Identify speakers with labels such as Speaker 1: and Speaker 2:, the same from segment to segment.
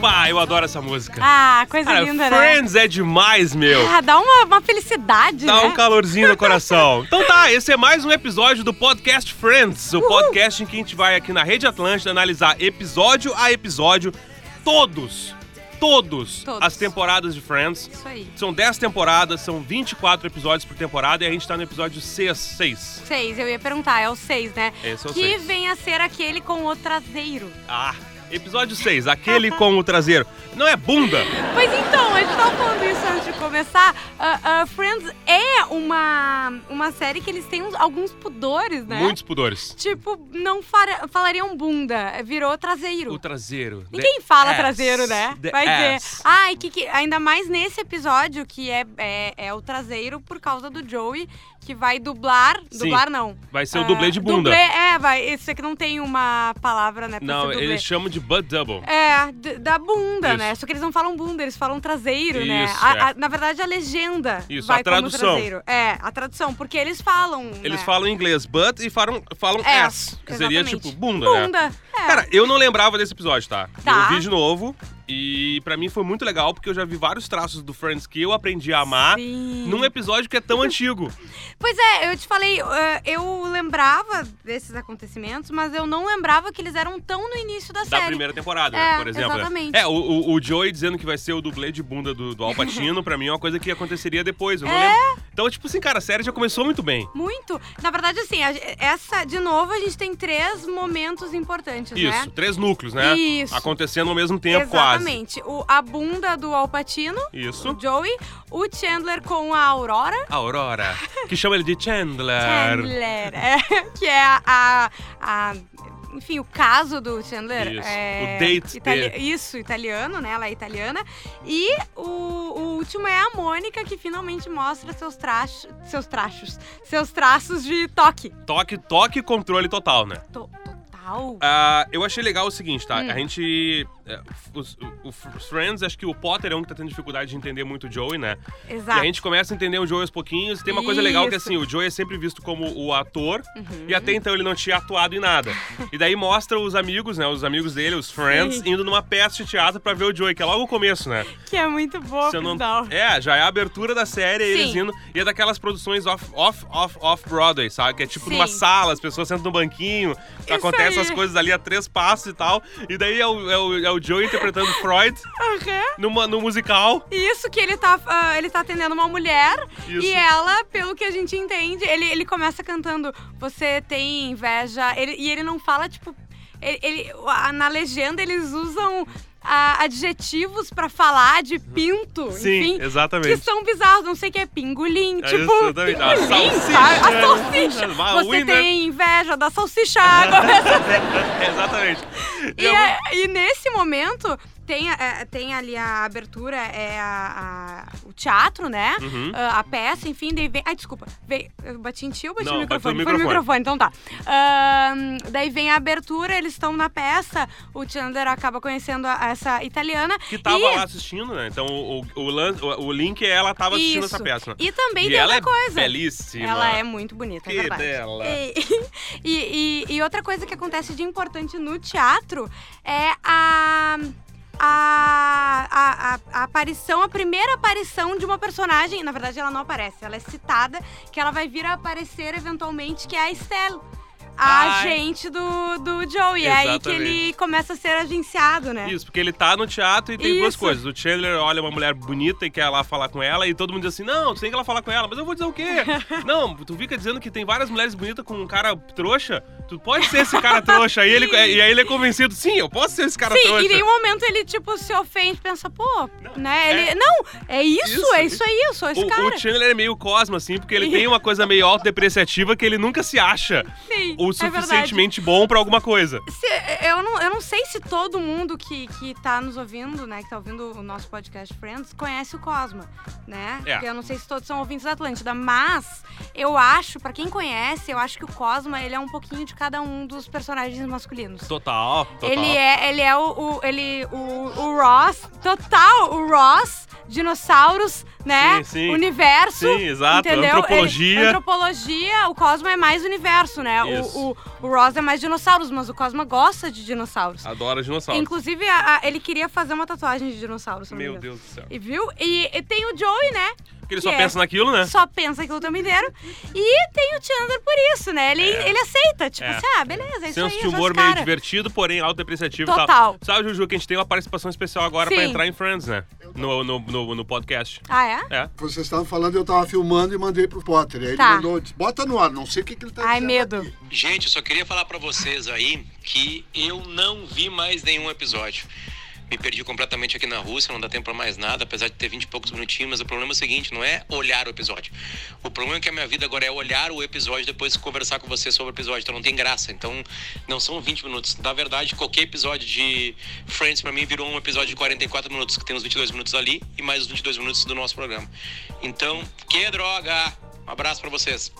Speaker 1: Bah, eu adoro essa música.
Speaker 2: Ah, coisa
Speaker 1: Cara,
Speaker 2: linda, né?
Speaker 1: Friends é demais, meu.
Speaker 2: Ah, dá uma, uma felicidade,
Speaker 1: Dá
Speaker 2: né?
Speaker 1: um calorzinho no coração. Então tá, esse é mais um episódio do Podcast Friends, o podcast em que a gente vai aqui na Rede Atlântida analisar episódio a episódio todos, todos,
Speaker 2: Todos.
Speaker 1: as temporadas de Friends.
Speaker 2: Isso aí.
Speaker 1: São 10 temporadas, são 24 episódios por temporada e a gente tá no episódio 6. 6.
Speaker 2: Seis, eu ia perguntar, é o seis, né?
Speaker 1: Esse é o
Speaker 2: que
Speaker 1: seis.
Speaker 2: vem a ser aquele com o traseiro.
Speaker 1: Ah, episódio 6, aquele com o traseiro. Não é bunda?
Speaker 2: Pois então, a gente tava falando isso antes de começar. Ah, ah, Friends é uma, uma série que eles têm uns- alguns pudores, né?
Speaker 1: Muitos pudores.
Speaker 2: Tipo, não fara- falariam bunda, virou traseiro.
Speaker 1: O traseiro. né? the
Speaker 2: Ninguém fala
Speaker 1: ass,
Speaker 2: traseiro, né?
Speaker 1: the
Speaker 2: Vai dizer.
Speaker 1: ass.
Speaker 2: Ai, que, que- ainda mais nesse episódio, que é, é, é o traseiro por causa do Joey, que vai dublar.
Speaker 1: Sim.
Speaker 2: Dublar não.
Speaker 1: Vai ser o
Speaker 2: Ah,
Speaker 1: dublê de bunda.
Speaker 2: dublê- é, vai. Isso aqui não tem uma palavra, né? Pra
Speaker 1: Não,
Speaker 2: ser dublê.
Speaker 1: eles chamam de butt double.
Speaker 2: É, d- da bunda,
Speaker 1: Isso.
Speaker 2: né? Só que eles não falam bunda, eles falam traseiro, né?
Speaker 1: Isso,
Speaker 2: A-
Speaker 1: é.
Speaker 2: a- na verdade, a legenda
Speaker 1: Isso,
Speaker 2: vai
Speaker 1: a tradução.
Speaker 2: como traseiro. É, a tradução, porque eles falam.
Speaker 1: Eles
Speaker 2: né?
Speaker 1: falam em inglês butt e falam, falam
Speaker 2: É,
Speaker 1: ass, que seria
Speaker 2: exatamente.
Speaker 1: tipo bunda, né?
Speaker 2: Bunda. É.
Speaker 1: Cara, eu não lembrava desse episódio, tá?
Speaker 2: Tá.
Speaker 1: Eu vi de novo e pra mim foi muito legal porque eu já vi vários traços do Friends que eu aprendi a amar
Speaker 2: Sim.
Speaker 1: num episódio que é tão antigo.
Speaker 2: Pois é, eu te falei, eh, eu lembrava desses acontecimentos, mas eu não lembrava que eles eram tão no início da,
Speaker 1: Da
Speaker 2: série.
Speaker 1: primeira temporada, né,
Speaker 2: É,
Speaker 1: por exemplo. né?
Speaker 2: exatamente.
Speaker 1: É, o, o, o Joey dizendo que vai ser o dublê de bunda do, do Al Pacino, pra mim é uma coisa que aconteceria depois. Eu não
Speaker 2: É?
Speaker 1: lembro. Então, tipo assim, cara, a série já começou muito bem.
Speaker 2: Muito. Na verdade, assim, a ge- essa, de novo, a gente tem três momentos importantes,
Speaker 1: Isso,
Speaker 2: né?
Speaker 1: três núcleos, né?
Speaker 2: Isso.
Speaker 1: Acontecendo ao mesmo tempo,
Speaker 2: Exatamente. O, a bunda do Alpatino,
Speaker 1: quase. Isso.
Speaker 2: o Joey, o Chandler com a Aurora.
Speaker 1: Aurora, que chama ele de Chandler.
Speaker 2: Chandler, é, que é a, a- a- Enfim, o caso do Chandler.
Speaker 1: Isso,
Speaker 2: é,
Speaker 1: o date
Speaker 2: itali-
Speaker 1: dele.
Speaker 2: Isso, italiano, né? Ela é italiana. E o, o último é a Mônica, que finalmente mostra seus traços. Seus traços. Seus traços de toque.
Speaker 1: Toque, toque, controle total, né?
Speaker 2: To- total.
Speaker 1: Ah, eu achei legal o seguinte, tá?
Speaker 2: Hum.
Speaker 1: A gente. é, os, o- os Friends, acho que o Potter é um que tá tendo dificuldade de entender muito o Joey, né? E
Speaker 2: Exato.
Speaker 1: a gente começa a entender o Joey aos pouquinhos. E tem uma coisa legal que,
Speaker 2: Isso. Uhum.
Speaker 1: assim, o Joey é sempre visto como o ator. E até então ele não tinha atuado em nada. e daí mostra os amigos, né? Os amigos dele, os Friends, indo numa peça de teatro pra ver o Joey, que é logo o começo, né?
Speaker 2: Que é muito boa,
Speaker 1: Se eu não-
Speaker 2: pessoal.
Speaker 1: É, já é a abertura da série, eles
Speaker 2: Sim.
Speaker 1: indo. E é daquelas produções off, off, off, off Broadway, sabe? Que é tipo
Speaker 2: Sim.
Speaker 1: numa sala, as pessoas sentam no banquinho,
Speaker 2: Isso
Speaker 1: acontecem
Speaker 2: aí.
Speaker 1: as coisas ali a três passos e tal. E daí é o, é o, é o Joe interpretando Freud
Speaker 2: Aham.
Speaker 1: numa, no musical.
Speaker 2: Isso que ele tá, ah, ele tá atendendo uma mulher
Speaker 1: Isso.
Speaker 2: e ela, pelo que a gente entende, ele, ele começa cantando Você tem inveja. Ele- e ele não fala, tipo. Ele, ele- a- na legenda eles usam ah, adjetivos pra falar de pinto,
Speaker 1: Uhum. Sim,
Speaker 2: enfim. Que
Speaker 1: exatamente.
Speaker 2: são bizarros, não sei o que é pingolim,
Speaker 1: É,
Speaker 2: tipo.
Speaker 1: exatamente. A
Speaker 2: pingolim,
Speaker 1: salsicha,
Speaker 2: sabe?
Speaker 1: né?
Speaker 2: A salsicha.
Speaker 1: Uma
Speaker 2: Você
Speaker 1: winner.
Speaker 2: tem inveja da salsicha, começa
Speaker 1: exatamente. E é muito-
Speaker 2: e, é- e nesse momento, tem, a- é, tem ali a abertura, é a- a- o teatro, né?
Speaker 1: Uhum.
Speaker 2: Ah, a peça, enfim, daí vem. Ai, desculpa. Vem, eu bati em ti ou bati
Speaker 1: Não,
Speaker 2: no
Speaker 1: bateu
Speaker 2: microfone?
Speaker 1: no
Speaker 2: Foi
Speaker 1: microfone.
Speaker 2: no microfone, então tá. Ahn, daí vem a abertura, eles estão na peça, o Chandler acaba conhecendo a- essa italiana.
Speaker 1: Que tava
Speaker 2: e,
Speaker 1: lá assistindo, né? Então o, o, o lan- o- o link é ela tava assistindo
Speaker 2: Isso.
Speaker 1: essa peça. né?
Speaker 2: E também
Speaker 1: e
Speaker 2: tem
Speaker 1: ela
Speaker 2: outra
Speaker 1: é
Speaker 2: coisa.
Speaker 1: belíssima.
Speaker 2: Ela é muito bonita, é
Speaker 1: Que
Speaker 2: verdade.
Speaker 1: dela.
Speaker 2: E, e- e- e outra coisa que acontece de importante no teatro é a. A, a, a- a aparição, a primeira aparição de uma personagem, na verdade ela não aparece, ela é citada, que ela vai vir a aparecer eventualmente, que é a Estelle, a
Speaker 1: Ai.
Speaker 2: agente do, do Joey. É aí que ele
Speaker 1: Exatamente.
Speaker 2: começa a ser agenciado, né?
Speaker 1: Isso, porque ele tá no teatro e tem duas
Speaker 2: Isso.
Speaker 1: coisas. O Chandler olha uma mulher bonita e quer lá falar com ela, e todo mundo diz assim: não, tu tem que ir lá falar com ela, mas eu vou dizer o quê? não, tu fica dizendo que tem várias mulheres bonitas com um cara trouxa, tu pode ser esse cara trouxa. e, ele, e aí ele é convencido: sim, eu posso ser esse cara
Speaker 2: Sim,
Speaker 1: trouxa.
Speaker 2: e em nenhum momento ele, tipo, se ofende, pensa, pô,
Speaker 1: Não,
Speaker 2: né?
Speaker 1: é-
Speaker 2: Ele, não, é isso,
Speaker 1: Isso,
Speaker 2: é isso aí, eu sou esse
Speaker 1: o,
Speaker 2: cara.
Speaker 1: o Chandler é meio cosmo, assim, porque ele tem uma coisa meio autodepreciativa que ele nunca se acha
Speaker 2: Sim,
Speaker 1: o
Speaker 2: é verdade.
Speaker 1: suficientemente bom pra alguma coisa.
Speaker 2: Se- é, eu, não, eu não sei se todo mundo que, que tá nos ouvindo, né, que tá ouvindo o nosso podcast Friends, conhece o Cosma, né?
Speaker 1: É.
Speaker 2: Porque Eu não sei se todos são ouvintes da Atlântida, mas eu acho, pra quem conhece, eu acho que o Cosma, ele é um pouquinho de cada um dos personagens masculinos.
Speaker 1: Total, total.
Speaker 2: Ele é, ele é o, o- ele, o, o Ross, total, o Ross, dinossauros, né?
Speaker 1: Sim, sim.
Speaker 2: Universo.
Speaker 1: Sim, exato.
Speaker 2: Entendeu?
Speaker 1: Antropologia.
Speaker 2: Ele- antropologia, o Cosmo é mais universo, né?
Speaker 1: Isso.
Speaker 2: O, o, o Ross é mais dinossauros, mas o Cosmo gosta de dinossauros.
Speaker 1: Adora dinossauros.
Speaker 2: Inclusive, a- a- ele queria fazer uma tatuagem de dinossauros. se não me
Speaker 1: Meu
Speaker 2: engano.
Speaker 1: Deus do céu.
Speaker 2: E viu? E, e tem o Joey, né?
Speaker 1: Porque ele só
Speaker 2: que é-
Speaker 1: pensa naquilo, né?
Speaker 2: Só pensa aquilo o tempo inteiro. E tem o Chandler por isso, né? Ele,
Speaker 1: É.
Speaker 2: ele aceita. Tipo
Speaker 1: É.
Speaker 2: assim, ah, beleza, é isso
Speaker 1: Senso
Speaker 2: aí.
Speaker 1: de
Speaker 2: eu sou
Speaker 1: humor
Speaker 2: esse
Speaker 1: meio
Speaker 2: cara.
Speaker 1: divertido, porém autodepreciativo e tal.
Speaker 2: Total.
Speaker 1: Sabe, Juju, que a gente tem uma participação especial agora pra
Speaker 2: Sim.
Speaker 1: entrar em Friends, né? No, no, no, no podcast.
Speaker 2: Ah, é?
Speaker 1: É.
Speaker 3: Vocês estavam falando, eu tava filmando e mandei pro Potter. Aí
Speaker 2: Tá.
Speaker 3: ele mandou, disse, bota no ar, não sei o que, que ele tá
Speaker 2: Ai,
Speaker 3: dizendo
Speaker 2: medo.
Speaker 3: aqui."
Speaker 4: Gente, eu só queria falar pra vocês aí que eu não vi mais nenhum episódio. Me perdi completamente aqui na Rússia, não dá tempo pra mais nada, apesar de ter 20 e poucos minutinhos, mas o problema é o seguinte, não é olhar o episódio. O problema é que a minha vida agora é olhar o episódio e depois conversar com vocês sobre o episódio, então não tem graça. Então, não são 20 minutos. Na verdade, qualquer episódio de Friends pra mim virou um episódio de 44 minutos, que tem uns 22 minutos ali e mais os 22 minutos do nosso programa. Então, que droga! Um abraço pra vocês.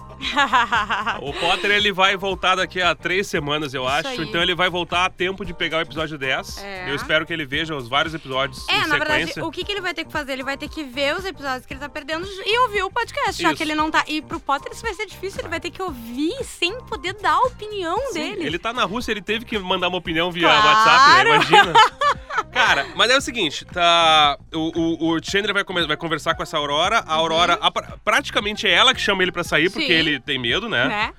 Speaker 1: O Potter, ele vai voltar daqui a três semanas, eu
Speaker 2: Isso
Speaker 1: acho.
Speaker 2: aí.
Speaker 1: Então ele vai voltar a tempo de pegar o episódio 10.
Speaker 2: É.
Speaker 1: Eu espero que ele veja os vários episódios
Speaker 2: É,
Speaker 1: em
Speaker 2: na
Speaker 1: sequência.
Speaker 2: verdade, o que, que ele vai ter que fazer? Ele vai ter que ver os episódios que ele tá perdendo e ouvir o podcast, já
Speaker 1: Isso.
Speaker 2: que ele não tá. E pro Potter isso vai ser difícil, ele vai ter que ouvir sem poder dar a opinião
Speaker 1: Sim,
Speaker 2: um dele. né?
Speaker 1: Ele tá na Rússia, ele teve que mandar uma opinião via
Speaker 2: Claro.
Speaker 1: WhatsApp, né? imagina. Cara, mas é o seguinte, tá. O, o, o Chandler vai, come- vai conversar com essa Aurora. A Aurora, a pra- praticamente é ela que chama ele pra sair, porque
Speaker 2: Uhum. Sim.
Speaker 1: ele tem medo, né?
Speaker 2: Né?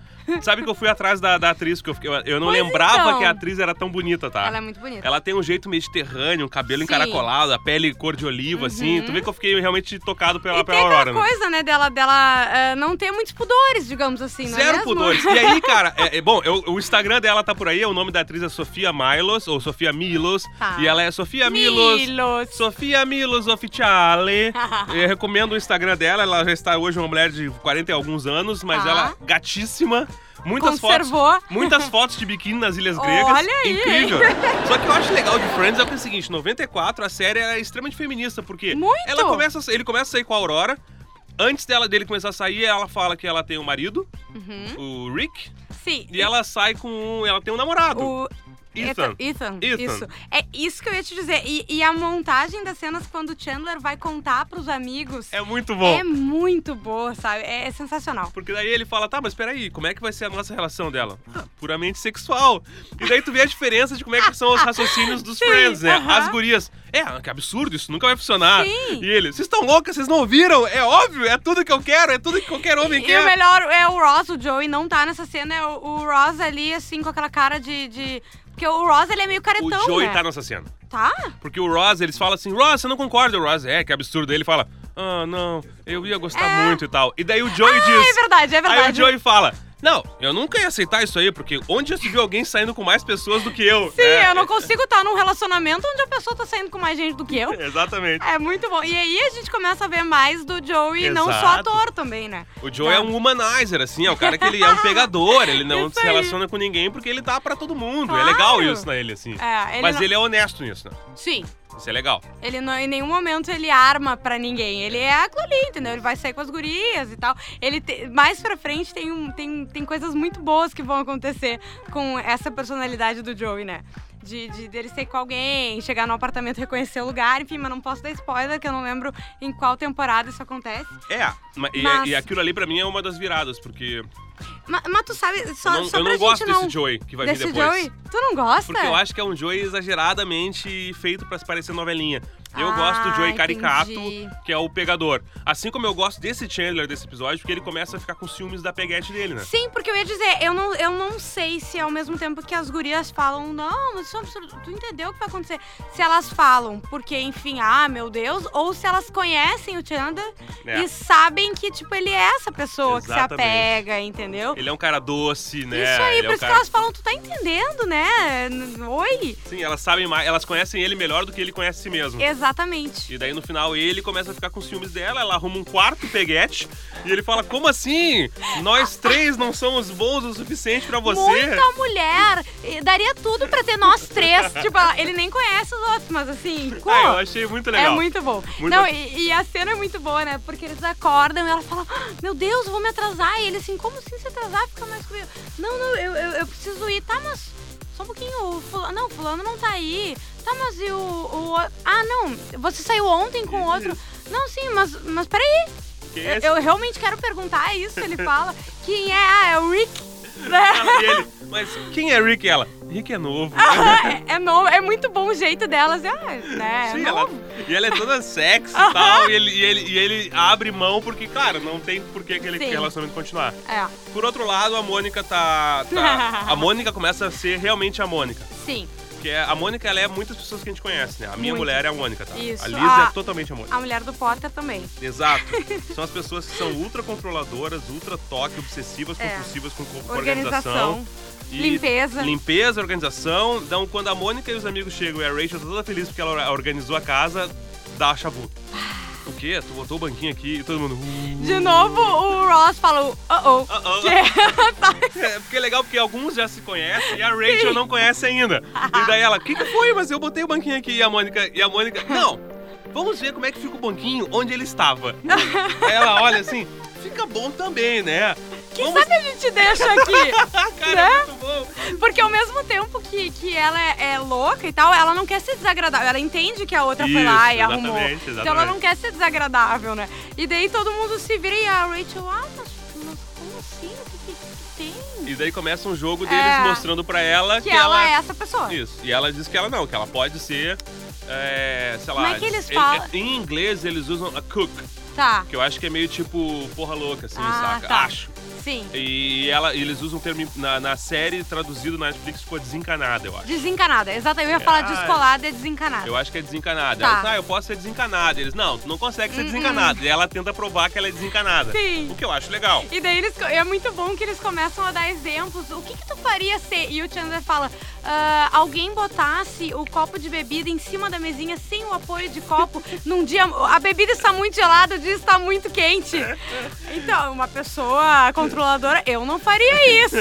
Speaker 1: Sabe que eu fui atrás da, da atriz, que eu, fiquei- eu- eu não
Speaker 2: Pois
Speaker 1: lembrava
Speaker 2: então.
Speaker 1: que a atriz era tão bonita, tá?
Speaker 2: Ela é muito bonita.
Speaker 1: Ela tem um jeito mediterrâneo, um cabelo
Speaker 2: Sim. Uhum.
Speaker 1: encaracolado, a pele cor de oliva, assim. Tu vê que eu fiquei realmente tocado pela,
Speaker 2: E
Speaker 1: pela
Speaker 2: tem aquela
Speaker 1: Aurora, né?
Speaker 2: coisa, né, dela, dela eh, não ter muitos pudores, digamos assim, não é
Speaker 1: Zero
Speaker 2: mesmo?
Speaker 1: pudores. E aí, cara, é, é- bom, eu- o Instagram dela tá por aí, o nome da atriz é Sofia Milos, ou Sofia Milos.
Speaker 2: Tá.
Speaker 1: E ela é Sofia Milos.
Speaker 2: Milos.
Speaker 1: Sofia Milos Officiale. Eu recomendo o Instagram dela, ela já está hoje uma mulher de 40 e alguns anos, mas
Speaker 2: Tá.
Speaker 1: ela gatíssima. Muitas
Speaker 2: Conservou.
Speaker 1: fotos. Muitas fotos de biquíni nas Ilhas Gregas.
Speaker 2: Olha aí,
Speaker 1: Incrível. Só que eu acho legal de Friends é que é o seguinte: 94, a série é extremamente feminista, porque
Speaker 2: Muito.
Speaker 1: ela começa, a- ele começa a sair com a Aurora. Antes dela dele começar a sair, ela fala que ela tem um marido,
Speaker 2: Uhum.
Speaker 1: o Rick,
Speaker 2: Sim.
Speaker 1: e ela sai com. um- Ela tem um namorado.
Speaker 2: O
Speaker 1: Ethan.
Speaker 2: Ethan.
Speaker 1: Ethan.
Speaker 2: Isso. É isso que eu ia te dizer. E, e a montagem das cenas quando o Chandler vai contar pros amigos
Speaker 1: É muito bom.
Speaker 2: é muito boa, sabe? É, é sensacional.
Speaker 1: Porque daí ele fala, tá, mas peraí, como é que vai ser a nossa relação dela? Ah, puramente sexual. E daí tu vê a diferença de como é que são os raciocínios dos
Speaker 2: Sim,
Speaker 1: friends, né?
Speaker 2: aham.
Speaker 1: As gurias. É, que absurdo, isso nunca vai funcionar.
Speaker 2: Sim.
Speaker 1: E ele, vocês estão loucas, vocês não ouviram? É óbvio, é tudo que eu quero, é tudo que qualquer homem
Speaker 2: E o
Speaker 1: quer.
Speaker 2: melhor é o Ross, o Joey não tá nessa cena, é o, o Ross ali, assim, com aquela cara de. de... Porque o Ross ele é meio
Speaker 1: O
Speaker 2: caretão.
Speaker 1: Joey
Speaker 2: né?
Speaker 1: tá nessa cena.
Speaker 2: Tá?
Speaker 1: Porque o Ross, eles falam assim, Ross, você não concorda? O Ross, é, que absurdo. Aí ele fala, ah, não, eu ia gostar
Speaker 2: É.
Speaker 1: muito e tal. E daí o Joey diz...
Speaker 2: É verdade, é verdade.
Speaker 1: Aí o Joey fala, não, eu nunca ia aceitar isso aí, porque onde já se viu alguém saindo com mais pessoas do que eu?
Speaker 2: Sim,
Speaker 1: É,
Speaker 2: eu não consigo estar num relacionamento onde a pessoa tá saindo com mais gente do que eu.
Speaker 1: Exatamente.
Speaker 2: É muito bom. E aí a gente começa a ver mais do Joey, não só
Speaker 1: Exato.
Speaker 2: ator também, né?
Speaker 1: O Joe é um humanizer, assim, é o cara que ele é um pegador, ele não
Speaker 2: Isso
Speaker 1: se
Speaker 2: aí.
Speaker 1: relaciona com ninguém porque ele tá pra todo mundo. É
Speaker 2: Claro.
Speaker 1: legal isso na ele, assim.
Speaker 2: É, ele
Speaker 1: Mas
Speaker 2: não-
Speaker 1: ele é honesto nisso, né?
Speaker 2: Sim.
Speaker 1: Isso é legal.
Speaker 2: Ele não, em nenhum momento ele arma pra ninguém. Ele é aquilo ali, entendeu? Ele vai sair com as gurias e tal. Ele te- mais pra frente tem, um, tem, tem coisas muito boas que vão acontecer com essa personalidade do Joey, né? De, de dele ser com alguém, chegar no apartamento, reconhecer o lugar, enfim, mas não posso dar spoiler, que eu não lembro em qual temporada isso acontece.
Speaker 1: É, ma- e,
Speaker 2: Mas-
Speaker 1: e aquilo ali pra mim é uma das viradas, porque
Speaker 2: Ma- Mas, tu sabe, só,
Speaker 1: eu não,
Speaker 2: só
Speaker 1: eu
Speaker 2: pra
Speaker 1: não
Speaker 2: gente
Speaker 1: gosto
Speaker 2: não.
Speaker 1: desse Joey que vai
Speaker 2: desse
Speaker 1: vir depois.
Speaker 2: Joey? Tu não gosta?
Speaker 1: Porque eu acho que é um Joey exageradamente feito pra se parecer novelinha. Eu
Speaker 2: Ah,
Speaker 1: gosto do Joey caricato,
Speaker 2: entendi.
Speaker 1: que é o pegador. Assim como eu gosto desse Chandler desse episódio, porque ele começa a ficar com ciúmes da peguete dele, né?
Speaker 2: Sim, porque eu ia dizer, eu não, eu não sei se é ao mesmo tempo que as gurias falam, não, mas isso é um absurdo, tu entendeu o que vai acontecer? Se elas falam, porque, enfim, ah, meu Deus, ou se elas conhecem o Chandler
Speaker 1: É.
Speaker 2: e sabem que, tipo, ele é essa pessoa que
Speaker 1: Exatamente.
Speaker 2: se apega, entendeu?
Speaker 1: Ele é um cara doce, né?
Speaker 2: Isso aí,
Speaker 1: ele
Speaker 2: por
Speaker 1: é um
Speaker 2: isso
Speaker 1: cara
Speaker 2: que elas falam, tu tá entendendo, né? N- Oi?
Speaker 1: Sim, elas sabem mais, elas conhecem ele melhor do que ele conhece a si mesmo.
Speaker 2: Exatamente.
Speaker 1: E daí no final ele começa a ficar com ciúmes dela, ela arruma um quarto peguete e ele fala: Como assim? Nós três não somos bons o suficiente pra você?
Speaker 2: Muita mulher! eh, Daria tudo pra ter nós três. tipo, ela- ele nem conhece os outros, mas assim, como?
Speaker 1: Ah, eu achei muito legal.
Speaker 2: É muito bom.
Speaker 1: Muito
Speaker 2: Não,
Speaker 1: legal.
Speaker 2: e, e a cena é muito boa, né? Porque eles acordam e ela fala, "Ah, meu Deus, eu vou me atrasar. E ele assim, como assim se atrasar? Fica mais comigo. Não, não, eu, eu, eu preciso ir. Tá, mas só um pouquinho. O fulano, não, fulano não tá aí. Tá, mas e o, o- Ah, não. Você saiu ontem com
Speaker 1: Isso,
Speaker 2: outro. Não, sim, mas, mas peraí.
Speaker 1: Quem é esse?
Speaker 2: Eu, eu realmente quero perguntar isso, ele fala. Quem é? Ah, é o Rick. Né?
Speaker 1: E ele, mas quem é Rick? E Ela, Rick é novo.
Speaker 2: é, é novo, é muito bom o jeito dela. assim, ah, né?
Speaker 1: Sim,
Speaker 2: é
Speaker 1: ela,
Speaker 2: novo. Ah.
Speaker 1: e ela é toda sexy e tal, e ele, e, ele, e ele abre mão porque, claro, não tem por que aquele
Speaker 2: Sim.
Speaker 1: relacionamento continuar.
Speaker 2: É,
Speaker 1: Por outro lado, a Mônica tá, tá- A Mônica começa a ser realmente a Mônica.
Speaker 2: sim.
Speaker 1: Porque a Mônica, ela é muitas pessoas que a gente conhece, né? A minha
Speaker 2: Muito.
Speaker 1: mulher é a Mônica, tá?
Speaker 2: Isso, Ah.
Speaker 1: A Lisa
Speaker 2: a-
Speaker 1: é totalmente a Mônica.
Speaker 2: A mulher do Potter também.
Speaker 1: Exato. São as pessoas que são ultra controladoras, ultra toque, obsessivas,
Speaker 2: É.
Speaker 1: compulsivas com, com
Speaker 2: Organização.
Speaker 1: e
Speaker 2: Limpeza.
Speaker 1: Limpeza, organização. Então, quando a Mônica e os amigos chegam e a Rachel tá toda feliz porque ela organizou a casa, dá a chabu.
Speaker 2: Ah.
Speaker 1: O quê? Tu botou o banquinho aqui e todo mundo. "Uh".
Speaker 2: De novo, o Ross falou, oh oh.
Speaker 1: Uh-oh.
Speaker 2: Que-
Speaker 1: É, porque é legal, porque alguns já se conhecem e a Rachel não conhece ainda. E daí ela, o que, que foi? Mas eu botei o banquinho aqui e a Mônica. E a Mônica. Não! Vamos ver como é que fica o banquinho onde ele estava. Aí ela olha assim, fica bom também, né?
Speaker 2: Quem
Speaker 1: Vamos-
Speaker 2: sabe a gente deixa aqui?
Speaker 1: Cara,
Speaker 2: né?
Speaker 1: é muito bom.
Speaker 2: Porque ao mesmo tempo que, que ela é, é louca e tal, ela não quer ser desagradável. Ela entende que a outra foi lá e
Speaker 1: Isso,
Speaker 2: arrumou.
Speaker 1: exatamente,
Speaker 2: Então ela
Speaker 1: exatamente.
Speaker 2: não quer ser desagradável, né? E daí todo mundo se vira e a Rachel, ah, mas, mas como assim? O que, que, que tem?
Speaker 1: E daí começa um jogo deles
Speaker 2: É.
Speaker 1: mostrando pra ela
Speaker 2: Que ela é essa pessoa.
Speaker 1: Isso. E ela diz que ela não, que ela pode ser. É, sei lá.
Speaker 2: Como é que eles
Speaker 1: ele-
Speaker 2: falam?
Speaker 1: Em inglês eles usam a cook,
Speaker 2: Tá,
Speaker 1: que eu acho que é meio tipo porra louca, assim,
Speaker 2: Ah,
Speaker 1: saca?
Speaker 2: tá.
Speaker 1: Acho.
Speaker 2: sim.
Speaker 1: E ela, eles usam o termo em- na, na série traduzido na Netflix ficou desencanada, eu acho.
Speaker 2: Desencanada, exatamente. Eu ia
Speaker 1: É,
Speaker 2: falar
Speaker 1: ah,
Speaker 2: descolada é desencanada.
Speaker 1: Eu acho que é desencanada.
Speaker 2: Tá. Hum,
Speaker 1: Ela diz, ah, eu posso ser desencanada. Eles, não, tu não consegue ser desencanada. E ela tenta provar que ela é desencanada.
Speaker 2: Sim.
Speaker 1: O que eu acho legal.
Speaker 2: E daí eles, é muito bom que eles começam a dar exemplos. O que, que tu faria se. E o Chandler fala: "Ah, alguém botasse o copo de bebida em cima da mesinha sem o apoio de copo num dia. A bebida está muito gelada, o dia está muito quente. Então, uma pessoa controladora, eu não faria isso.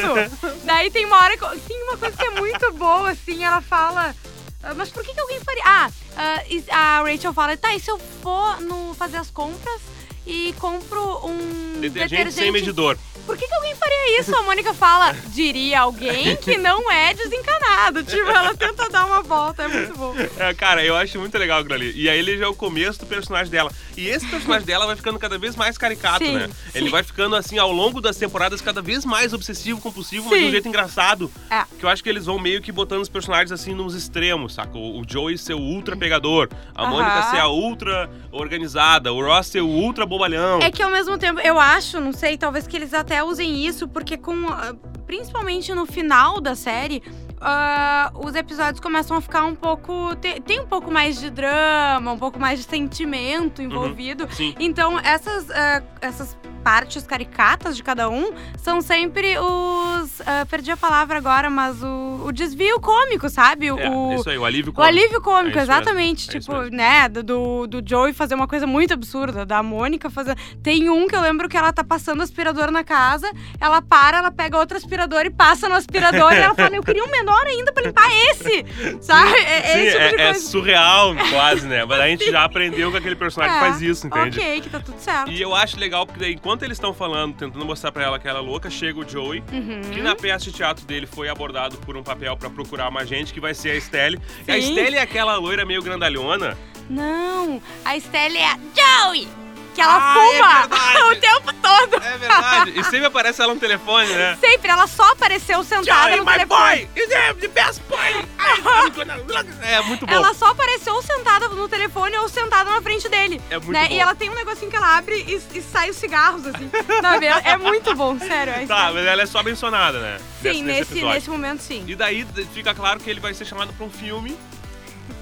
Speaker 2: Daí tem uma hora. que- Tem uma coisa que é muito boa, assim, ela fala. "Ah, Mas por que, que alguém faria? Ah, ah, e- a Rachel fala, tá, e se eu for no fazer as compras e compro um
Speaker 1: Detergente, sem medidor.
Speaker 2: por que, que alguém faria isso? A Mônica fala, diria alguém que não é desencanado. Tipo, ela tenta dar uma volta, é muito bom.
Speaker 1: É, cara, eu acho muito legal aquilo ali. E aí ele já é o começo do personagem dela. E esse personagem dela vai ficando cada vez mais caricato,
Speaker 2: Sim,
Speaker 1: né? Ele vai ficando, assim, ao longo das temporadas, cada vez mais obsessivo, compulsivo, mas de
Speaker 2: Sim.
Speaker 1: um jeito engraçado.
Speaker 2: É.
Speaker 1: Que eu acho que eles vão meio que botando os personagens, assim, nos extremos, saca? O o Joey ser o ultra pegador, a
Speaker 2: Aham.
Speaker 1: Mônica ser a ultra organizada, o Ross ser o ultra bobalhão.
Speaker 2: É que ao mesmo tempo, eu acho, não sei, talvez que eles até usem isso, porque com. ah, Principalmente no final da série, ah, os episódios começam a ficar um pouco. Tem, tem um pouco mais de drama, um pouco mais de sentimento envolvido.
Speaker 1: Uhum. Sim.
Speaker 2: Então, essas, ah, essas partes caricatas de cada um são sempre os. ah, perdi a palavra agora, mas o, o desvio cômico, sabe? O,
Speaker 1: É, isso aí, o alívio
Speaker 2: o alívio cômico,
Speaker 1: É isso mesmo,
Speaker 2: exatamente.
Speaker 1: é isso
Speaker 2: tipo,
Speaker 1: mesmo.
Speaker 2: né? Do- Do, do Joey fazer uma coisa muito absurda, da Mônica fazer. Tem um que eu lembro que ela tá passando aspirador na casa, ela para, ela pega outro aspirador e passa no aspirador e ela fala: Eu queria um menor ainda pra limpar esse! Sabe? É, é
Speaker 1: Sim,
Speaker 2: esse tipo de
Speaker 1: é, é
Speaker 2: coisa.
Speaker 1: surreal, quase, né? Mas a gente já aprendeu que aquele personagem
Speaker 2: É,
Speaker 1: faz isso, entende?
Speaker 2: Ok, que tá tudo certo.
Speaker 1: E eu acho legal porque daí, enquanto eles estão falando, tentando mostrar pra ela que ela é louca, chega o Joey,
Speaker 2: Uhum.
Speaker 1: que na peça de teatro dele foi abordado por um papel pra procurar uma gente, que vai ser a Estelle. E a
Speaker 2: Sim.
Speaker 1: Estelle é aquela loira meio grandalhona.
Speaker 2: Não, a Estelle é a Joey! Que ela
Speaker 1: Ah, é
Speaker 2: fuma
Speaker 1: verdade.
Speaker 2: o tempo todo!
Speaker 1: É verdade. e sempre aparece ela no telefone, né?
Speaker 2: Sempre, ela só apareceu sentada
Speaker 1: Joey,
Speaker 2: no
Speaker 1: my
Speaker 2: telefone.
Speaker 1: boy! You're the best boy! I'm gonna look- É muito bom.
Speaker 2: Ela só apareceu sentada no telefone ou sentada na frente dele.
Speaker 1: É muito
Speaker 2: né?
Speaker 1: bom.
Speaker 2: E ela tem um negocinho que ela abre e, e sai os cigarros, assim. na vela. É muito bom, sério. É
Speaker 1: Tá, mas ela é só mencionada, né?
Speaker 2: sim, nesse,
Speaker 1: episódio.
Speaker 2: nesse momento, sim.
Speaker 1: E daí d- fica claro que ele vai ser chamado pra um filme.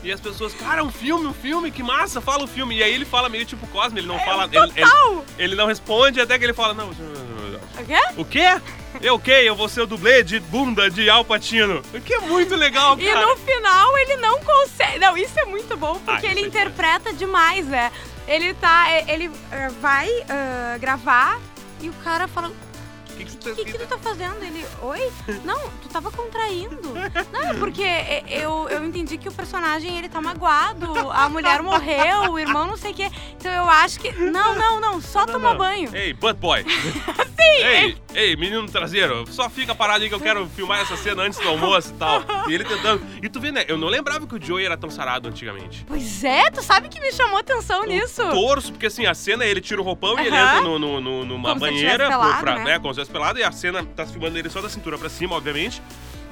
Speaker 1: E as pessoas, cara, um filme, um filme, que massa, fala o filme. E aí ele fala meio tipo Cosme, ele não fala. Ele,
Speaker 2: É, total.
Speaker 1: ele, ele não responde até que ele fala, não.
Speaker 2: O quê?
Speaker 1: O quê? Eu quê? Eu vou ser o dublê de bunda de Alpatino. O que é muito legal,
Speaker 2: E
Speaker 1: cara.
Speaker 2: no final ele não consegue. Não, isso é muito bom porque
Speaker 1: Ah,
Speaker 2: ele
Speaker 1: isso é
Speaker 2: interpreta demais, né? Ele tá. e- Ele eh, vai eh, gravar e o cara fala.
Speaker 1: Que que
Speaker 2: O que, que tu tá fazendo? Ele, oi? Não, tu tava contraindo. Não, é porque e- eu, eu entendi que o personagem, ele tá magoado, a mulher morreu, o irmão não sei o quê. Então eu acho que... Não, não, não, só
Speaker 1: Não,
Speaker 2: tomar
Speaker 1: não.
Speaker 2: banho.
Speaker 1: Ei, butt boy. Ei, ei, menino traseiro, só fica parado aí que eu quero filmar essa cena antes do almoço e tal. E ele tentando. E tu vê, né? Eu não lembrava que o Joey era tão sarado antigamente.
Speaker 2: Pois é, tu sabe que me chamou atenção nisso?
Speaker 1: Torço, porque assim, a cena é ele tira o roupão e ele
Speaker 2: Aham.
Speaker 1: entra no, no- no- numa
Speaker 2: Como se ele
Speaker 1: banheira,
Speaker 2: tivesse pelado,
Speaker 1: pra,
Speaker 2: né?
Speaker 1: Como se tivesse pelado, e a cena tá filmando ele só da cintura pra cima, obviamente.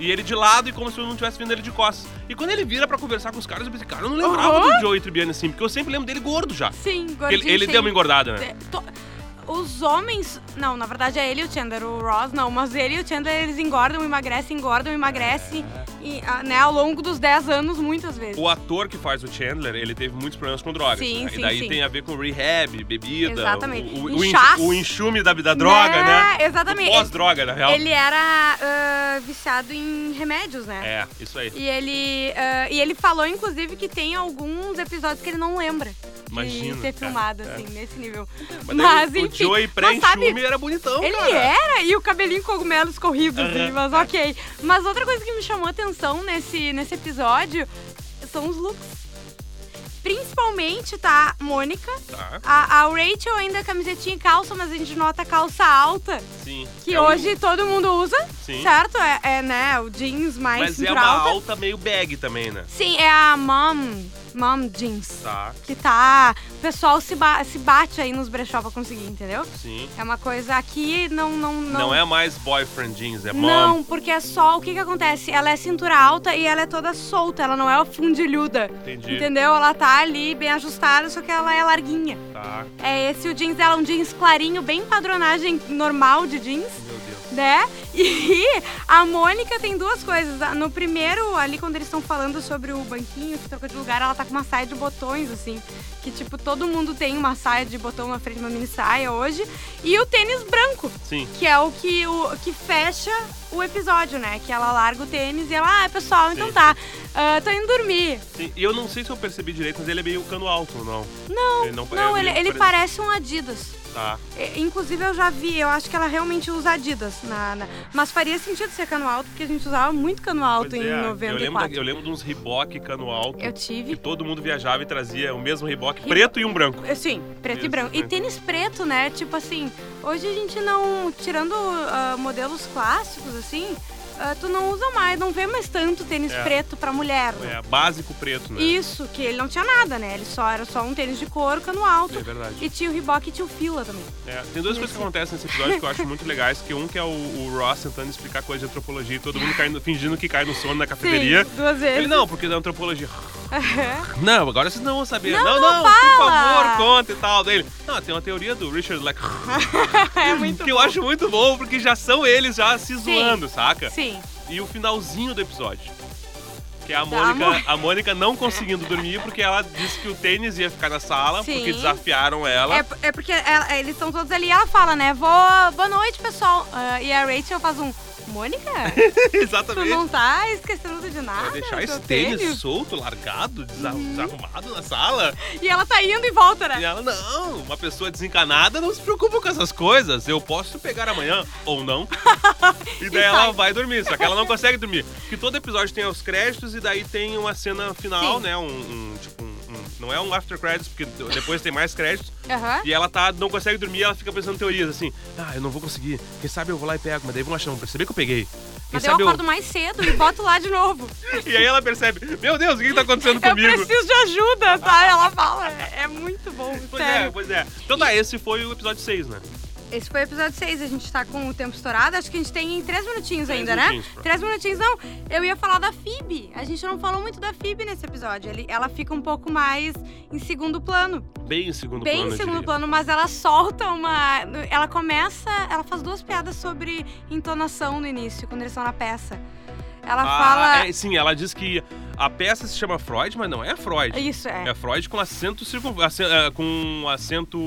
Speaker 1: E ele de lado e como se eu não estivesse vendo ele de costas. E quando ele vira pra conversar com os caras, eu pensei, cara, eu não lembrava do Joey Tribbiani assim, porque eu sempre lembro dele gordo já.
Speaker 2: Sim,
Speaker 1: Porque
Speaker 2: gordinho.
Speaker 1: Ele, ele
Speaker 2: sim.
Speaker 1: deu uma engordada, né?
Speaker 2: É, to- Os homens. Não, na verdade é ele e o Chandler. O Ross não, mas ele e o Chandler eles engordam, emagrecem, engordam, emagrecem. E, ah, né, ao longo dos 10 anos, muitas vezes.
Speaker 1: É. O ator que faz o Chandler, ele teve muitos problemas com drogas.
Speaker 2: Sim,
Speaker 1: né?
Speaker 2: sim,
Speaker 1: e daí
Speaker 2: sim.
Speaker 1: tem a ver com rehab, bebida.
Speaker 2: Exatamente.
Speaker 1: O, o, o,
Speaker 2: Inchaço.
Speaker 1: enxu- o enxume da, da droga, né?
Speaker 2: Exatamente.
Speaker 1: O Pós-droga, na real.
Speaker 2: Ele era ah, viciado em remédios, né?
Speaker 1: É, isso aí.
Speaker 2: E ele, ah, e ele falou, inclusive, que tem alguns episódios que ele não lembra
Speaker 1: Imagina,
Speaker 2: de ser
Speaker 1: cara.
Speaker 2: filmado,
Speaker 1: É.
Speaker 2: assim, nesse nível.
Speaker 1: Mas,
Speaker 2: Mas,
Speaker 1: daí o-
Speaker 2: enfim,
Speaker 1: o Joey
Speaker 2: mas sabe,
Speaker 1: pré-enxume era bonitão,
Speaker 2: ele é.
Speaker 1: cara.
Speaker 2: era, e o cabelinho cogumelos corrido, assim,
Speaker 1: Aham. É.
Speaker 2: mas ok. Mas outra coisa que me chamou atenção nesse, nesse episódio são os looks. Principalmente, tá, Mônica?
Speaker 1: Tá,
Speaker 2: A, a Rachel ainda é camisetinha e calça, mas a gente nota calça alta,
Speaker 1: sim.
Speaker 2: que
Speaker 1: É um-
Speaker 2: hoje todo mundo usa,
Speaker 1: Sim.
Speaker 2: certo? É, é, né, o jeans mais
Speaker 1: Mas é
Speaker 2: cintura
Speaker 1: uma
Speaker 2: alta.
Speaker 1: alta. meio bag também, né?
Speaker 2: Sim, é a Mom, Mom Jeans.
Speaker 1: Tá,
Speaker 2: Que tá. O pessoal se, ba- se bate aí nos brechó pra conseguir, entendeu?
Speaker 1: sim.
Speaker 2: É uma coisa aqui não. Não, não,
Speaker 1: Não, é mais boyfriend jeans, é mom.
Speaker 2: Não, porque é só. O que que acontece? Ela é cintura alta e ela é toda solta, ela não é fundilhuda.
Speaker 1: Entendi.
Speaker 2: Entendeu? Ela tá ali bem ajustada, só que ela é larguinha.
Speaker 1: Tá,
Speaker 2: É esse o jeans dela, um jeans clarinho, bem padronagem normal de jeans
Speaker 1: meu Deus.
Speaker 2: né? E a Mônica tem duas coisas. No primeiro, ali quando eles estão falando sobre o banquinho que trocou de lugar, ela tá com uma saia de botões, assim. Que, tipo, todo mundo tem uma saia de botão na frente, uma mini saia hoje. E o tênis branco,
Speaker 1: Sim.
Speaker 2: que é o que, o, que fecha o episódio, né? Que ela larga o tênis e ela, ah, pessoal, então
Speaker 1: Sim.
Speaker 2: tá. ah, tô indo dormir.
Speaker 1: sim. E eu não sei se eu percebi direito, mas ele é meio cano alto, não.
Speaker 2: Não,
Speaker 1: Ele não-
Speaker 2: não,
Speaker 1: é
Speaker 2: ele,
Speaker 1: meio
Speaker 2: ele
Speaker 1: pare-
Speaker 2: parece um Adidas.
Speaker 1: Tá.
Speaker 2: É, Inclusive, eu já vi, eu acho que ela realmente usa Adidas. Na, na- Mas faria sentido ser cano alto, porque a gente usava muito cano alto
Speaker 1: Pois
Speaker 2: em
Speaker 1: é, Eu lembro, da-
Speaker 2: 94.
Speaker 1: eu lembro de uns riboque cano alto.
Speaker 2: Eu
Speaker 1: que
Speaker 2: tive.
Speaker 1: todo mundo viajava e trazia o mesmo riboque preto e um branco.
Speaker 2: eu- Sim, assim, preto
Speaker 1: Isso,
Speaker 2: e branco.
Speaker 1: né?
Speaker 2: E tênis preto, né? Tipo assim, hoje a gente não. Tirando ah, modelos clássicos, assim, ah, tu não usa mais, não vê mais tanto tênis
Speaker 1: É.
Speaker 2: preto pra mulher. né?
Speaker 1: É, básico preto, né?
Speaker 2: Isso, que ele não tinha nada, né? Ele só era só um tênis de couro, cano
Speaker 1: É
Speaker 2: alto.
Speaker 1: verdade.
Speaker 2: E tinha o Reebok e tinha o Fila também.
Speaker 1: É, tem duas coisas que acontecem nesse episódio que eu acho muito legais, que um que é o, o Ross tentando explicar coisa de antropologia e todo mundo caindo, fingindo que cai no sono na cafeteria.
Speaker 2: Sim, duas vezes.
Speaker 1: Ele, não, porque é da antropologia. Não, agora vocês não vão saber.
Speaker 2: Não,
Speaker 1: não,
Speaker 2: não,
Speaker 1: por
Speaker 2: fala.
Speaker 1: favor, conta e tal. Dele. Não, tem uma teoria do Richard Leck.
Speaker 2: é muito
Speaker 1: que eu acho muito bom, porque já são eles já se zoando, saca?
Speaker 2: Sim.
Speaker 1: E o finalzinho do episódio. Que é a
Speaker 2: Mo-
Speaker 1: Mônica, a Mônica não conseguindo dormir porque ela disse que o tênis ia ficar na sala,
Speaker 2: Sim.
Speaker 1: porque desafiaram ela.
Speaker 2: É, é porque ela- eles estão todos ali e ela fala, né? Vou, boa noite, pessoal. Ah, e a Rachel faz um. Mônica, tu
Speaker 1: Exatamente.
Speaker 2: não tá esquecendo de nada?
Speaker 1: Pra deixar
Speaker 2: do seu
Speaker 1: esse tênis, solto, largado, desa-
Speaker 2: Uhum.
Speaker 1: desarrumado na sala.
Speaker 2: E ela tá indo e volta, né?
Speaker 1: E ela, não, uma pessoa desencanada não se preocupa com essas coisas. Eu posso pegar amanhã ou não. E daí
Speaker 2: E
Speaker 1: ela
Speaker 2: sai.
Speaker 1: vai dormir, só que ela não consegue dormir. Porque todo episódio tem os créditos e daí tem uma cena final,
Speaker 2: Sim.
Speaker 1: né? Um, um- tipo, um, um- não é um after credits, porque depois tem mais créditos.
Speaker 2: Aham.
Speaker 1: E ela tá, não consegue dormir, ela fica pensando em teorias assim: ah, eu não vou conseguir. Quem sabe eu vou lá e pego, mas daí vão achar, vão perceber que eu peguei. Quem
Speaker 2: Mas eu
Speaker 1: sabe
Speaker 2: acordo mais cedo e boto lá de novo.
Speaker 1: E aí ela percebe: meu Deus, o que, que tá acontecendo
Speaker 2: eu
Speaker 1: comigo?
Speaker 2: preciso de ajuda, tá? Ela fala. É é muito bom,
Speaker 1: Pois é,
Speaker 2: sério.
Speaker 1: pois é. Então tá, esse foi o episódio 6, né?
Speaker 2: Esse foi o episódio 6, a gente tá com o tempo estourado. Acho que a gente tem em três minutinhos
Speaker 1: Três
Speaker 2: ainda,
Speaker 1: minutinhos,
Speaker 2: né?
Speaker 1: pronto.
Speaker 2: Três minutinhos, não. Eu ia falar da Phoebe. A gente não falou muito da Phoebe nesse episódio. Ele- Ela fica um pouco mais em segundo plano.
Speaker 1: Bem em segundo
Speaker 2: bem
Speaker 1: plano.
Speaker 2: em
Speaker 1: eu
Speaker 2: segundo
Speaker 1: diria.
Speaker 2: plano, mas ela solta uma. Ela começa. Ela faz duas piadas sobre entonação no início, quando eles estão na peça. Ela
Speaker 1: Ah,
Speaker 2: fala.
Speaker 1: é, sim, ela diz que a peça se chama Freud, mas não é Freud.
Speaker 2: Isso, é.
Speaker 1: É Freud com acento circun... acen- é, com acento.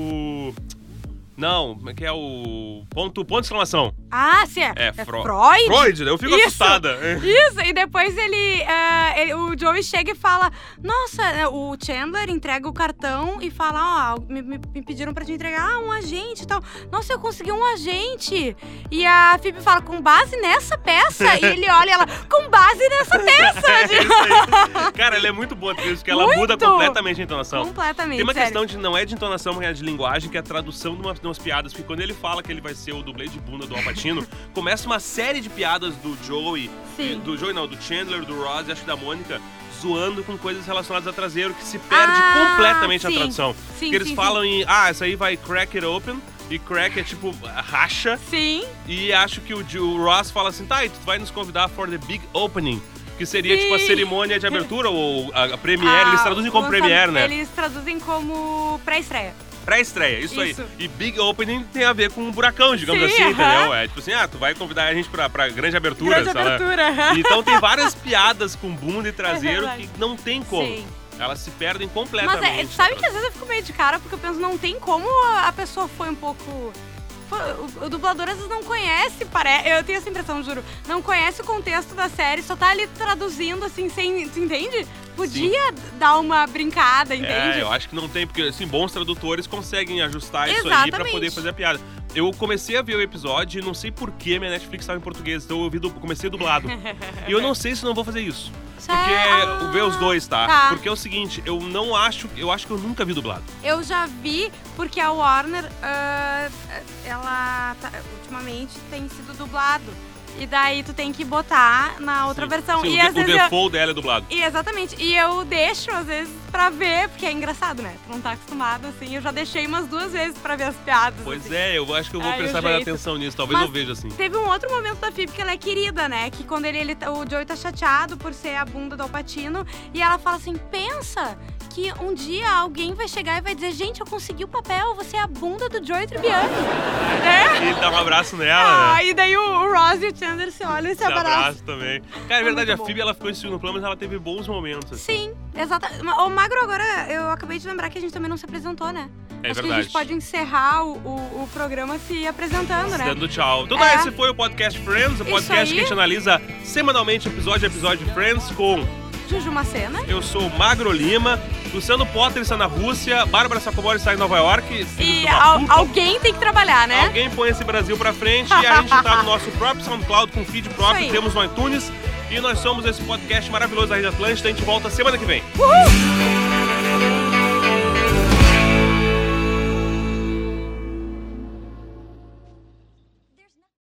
Speaker 1: Não, como é que é o. Ponto, ponto de exclamação.
Speaker 2: Ah, sim, é.
Speaker 1: É,
Speaker 2: É
Speaker 1: Fro-
Speaker 2: Freud?
Speaker 1: Freud, né? Eu fico
Speaker 2: Isso.
Speaker 1: assustada.
Speaker 2: Isso, e depois ele, ah, ele- O Joey chega e fala: Nossa, é, o Chandler entrega o cartão e fala: Ó, me, me- me pediram pra te entregar ah, um agente e tal. Nossa, eu consegui um agente. E a Phoebe fala: Com base nessa peça? E ele olha e ela: Com base nessa peça!
Speaker 1: É isso aí. Cara, Cara, ela é muito boa atriz, porque ela
Speaker 2: Muito!
Speaker 1: muda completamente a entonação.
Speaker 2: Completamente.
Speaker 1: Tem uma
Speaker 2: sério.
Speaker 1: questão de não é de entonação, mas é de linguagem, que é a tradução de umas, de umas piadas. Porque quando ele fala que ele vai ser o dublê de bunda do Alpatino, começa uma série de piadas do Joey,
Speaker 2: Sim.
Speaker 1: eh, do Joey não, do Chandler, do Ross e acho que da Mônica, zoando com coisas relacionadas a traseiro, que se perde
Speaker 2: Ah,
Speaker 1: completamente
Speaker 2: sim.
Speaker 1: a tradução.
Speaker 2: Sim,
Speaker 1: Porque eles
Speaker 2: sim,
Speaker 1: falam em, ah, essa aí vai crack it open, e crack é tipo racha,
Speaker 2: Sim.
Speaker 1: e acho que o, Ju- o Ross fala assim, tá, e tu vai nos convidar for the big opening. Que seria tipo a
Speaker 2: Sim.
Speaker 1: cerimônia de abertura ou a, a premiere, eles
Speaker 2: Ah,
Speaker 1: traduzem como
Speaker 2: lançam-
Speaker 1: premiere, né?
Speaker 2: Eles traduzem como pré-estreia.
Speaker 1: Pré-estreia, isso,
Speaker 2: Isso.
Speaker 1: aí. E Big Opening tem a ver com um buracão, digamos
Speaker 2: Sim,
Speaker 1: assim,
Speaker 2: aham.
Speaker 1: entendeu? É tipo assim, ah, tu vai convidar a gente pra, pra grande abertura,
Speaker 2: Grande
Speaker 1: sei lá.
Speaker 2: abertura.
Speaker 1: Então tem várias piadas com bunda e traseiro
Speaker 2: É verdade.
Speaker 1: que não tem como.
Speaker 2: Sim.
Speaker 1: Elas se perdem
Speaker 2: Mas
Speaker 1: completamente.
Speaker 2: é, sabe que às vezes eu fico meio de cara, porque eu penso, não tem como a pessoa foi um pouco. foi- o- O dublador às vezes não conhece, parece. Eu tenho essa impressão, juro. Não conhece o contexto da série, só tá ali traduzindo, assim, sem. Tu entende? Podia dar uma brincada,
Speaker 1: É,
Speaker 2: entende?
Speaker 1: eu acho que não tem, porque assim, bons tradutores conseguem ajustar isso aí pra
Speaker 2: Exatamente.
Speaker 1: poder fazer a piada. Eu comecei a ver o episódio e não sei por que minha Netflix estava em português, então eu vi du- comecei dublado. e eu não sei se não vou fazer isso. Porque
Speaker 2: Ah,
Speaker 1: o ver os dois, tá?
Speaker 2: tá.
Speaker 1: Porque é o seguinte, eu não acho, eu acho que eu nunca vi dublado.
Speaker 2: Eu já vi, porque a Warner, ah, ela tá- ultimamente tem sido dublado. E daí tu tem que botar na outra
Speaker 1: Sim.
Speaker 2: versão.
Speaker 1: Sim,
Speaker 2: e
Speaker 1: o, de-
Speaker 2: às
Speaker 1: o
Speaker 2: vezes eu-
Speaker 1: default dela é dublado.
Speaker 2: E exatamente. E eu deixo, às vezes, pra ver, porque é engraçado, né? Tu não tá acostumado, assim. Eu já deixei umas duas vezes pra ver as piadas.
Speaker 1: Pois
Speaker 2: assim.
Speaker 1: é, eu acho que eu vou
Speaker 2: Ai, o
Speaker 1: prestar mais
Speaker 2: jeito.
Speaker 1: atenção nisso, talvez
Speaker 2: Mas-
Speaker 1: eu veja assim.
Speaker 2: Teve um outro momento da Phoebe que ela é querida, né? Que quando ele, ele tá- o Joey tá chateado por ser a bunda do Alpatino. E ela fala assim, pensa que um dia alguém vai chegar e vai dizer gente, eu consegui o papel, você é a bunda do Joey Tribbiani. né?
Speaker 1: E dá um abraço nela,
Speaker 2: Ah,
Speaker 1: né?
Speaker 2: e daí o, o Ross e o Chandler se olham e se
Speaker 1: Dá um
Speaker 2: abraçam.
Speaker 1: abraço também. Cara, é
Speaker 2: É
Speaker 1: verdade,
Speaker 2: muito
Speaker 1: a
Speaker 2: bom.
Speaker 1: Phoebe ela ficou em segundo plano, mas ela teve bons momentos. assim.
Speaker 2: Sim, exatamente. O Magro, agora eu acabei de lembrar que a gente também não se apresentou, né?
Speaker 1: É
Speaker 2: Acho que a
Speaker 1: verdade.
Speaker 2: gente pode encerrar o, o, o programa se apresentando, né?
Speaker 1: Dando tchau. Então, tá,
Speaker 2: É.
Speaker 1: esse foi o podcast Friends, o
Speaker 2: Isso
Speaker 1: podcast que a
Speaker 2: aí.
Speaker 1: gente analisa semanalmente, episódio a episódio de Friends, com
Speaker 2: Juju Macena.
Speaker 1: eu sou o Magro Lima, Luciano Potter está na Rússia, Bárbara Sacomori está em Nova York, filhos
Speaker 2: E
Speaker 1: do
Speaker 2: al-
Speaker 1: Batuta.
Speaker 2: alguém tem que trabalhar, né?
Speaker 1: Alguém põe esse Brasil pra frente e a gente tá no nosso próprio SoundCloud com feed
Speaker 2: Isso
Speaker 1: próprio,
Speaker 2: aí.
Speaker 1: temos no iTunes e nós somos esse podcast maravilhoso da Rede Atlântica. A gente volta semana que vem.
Speaker 2: Uhul!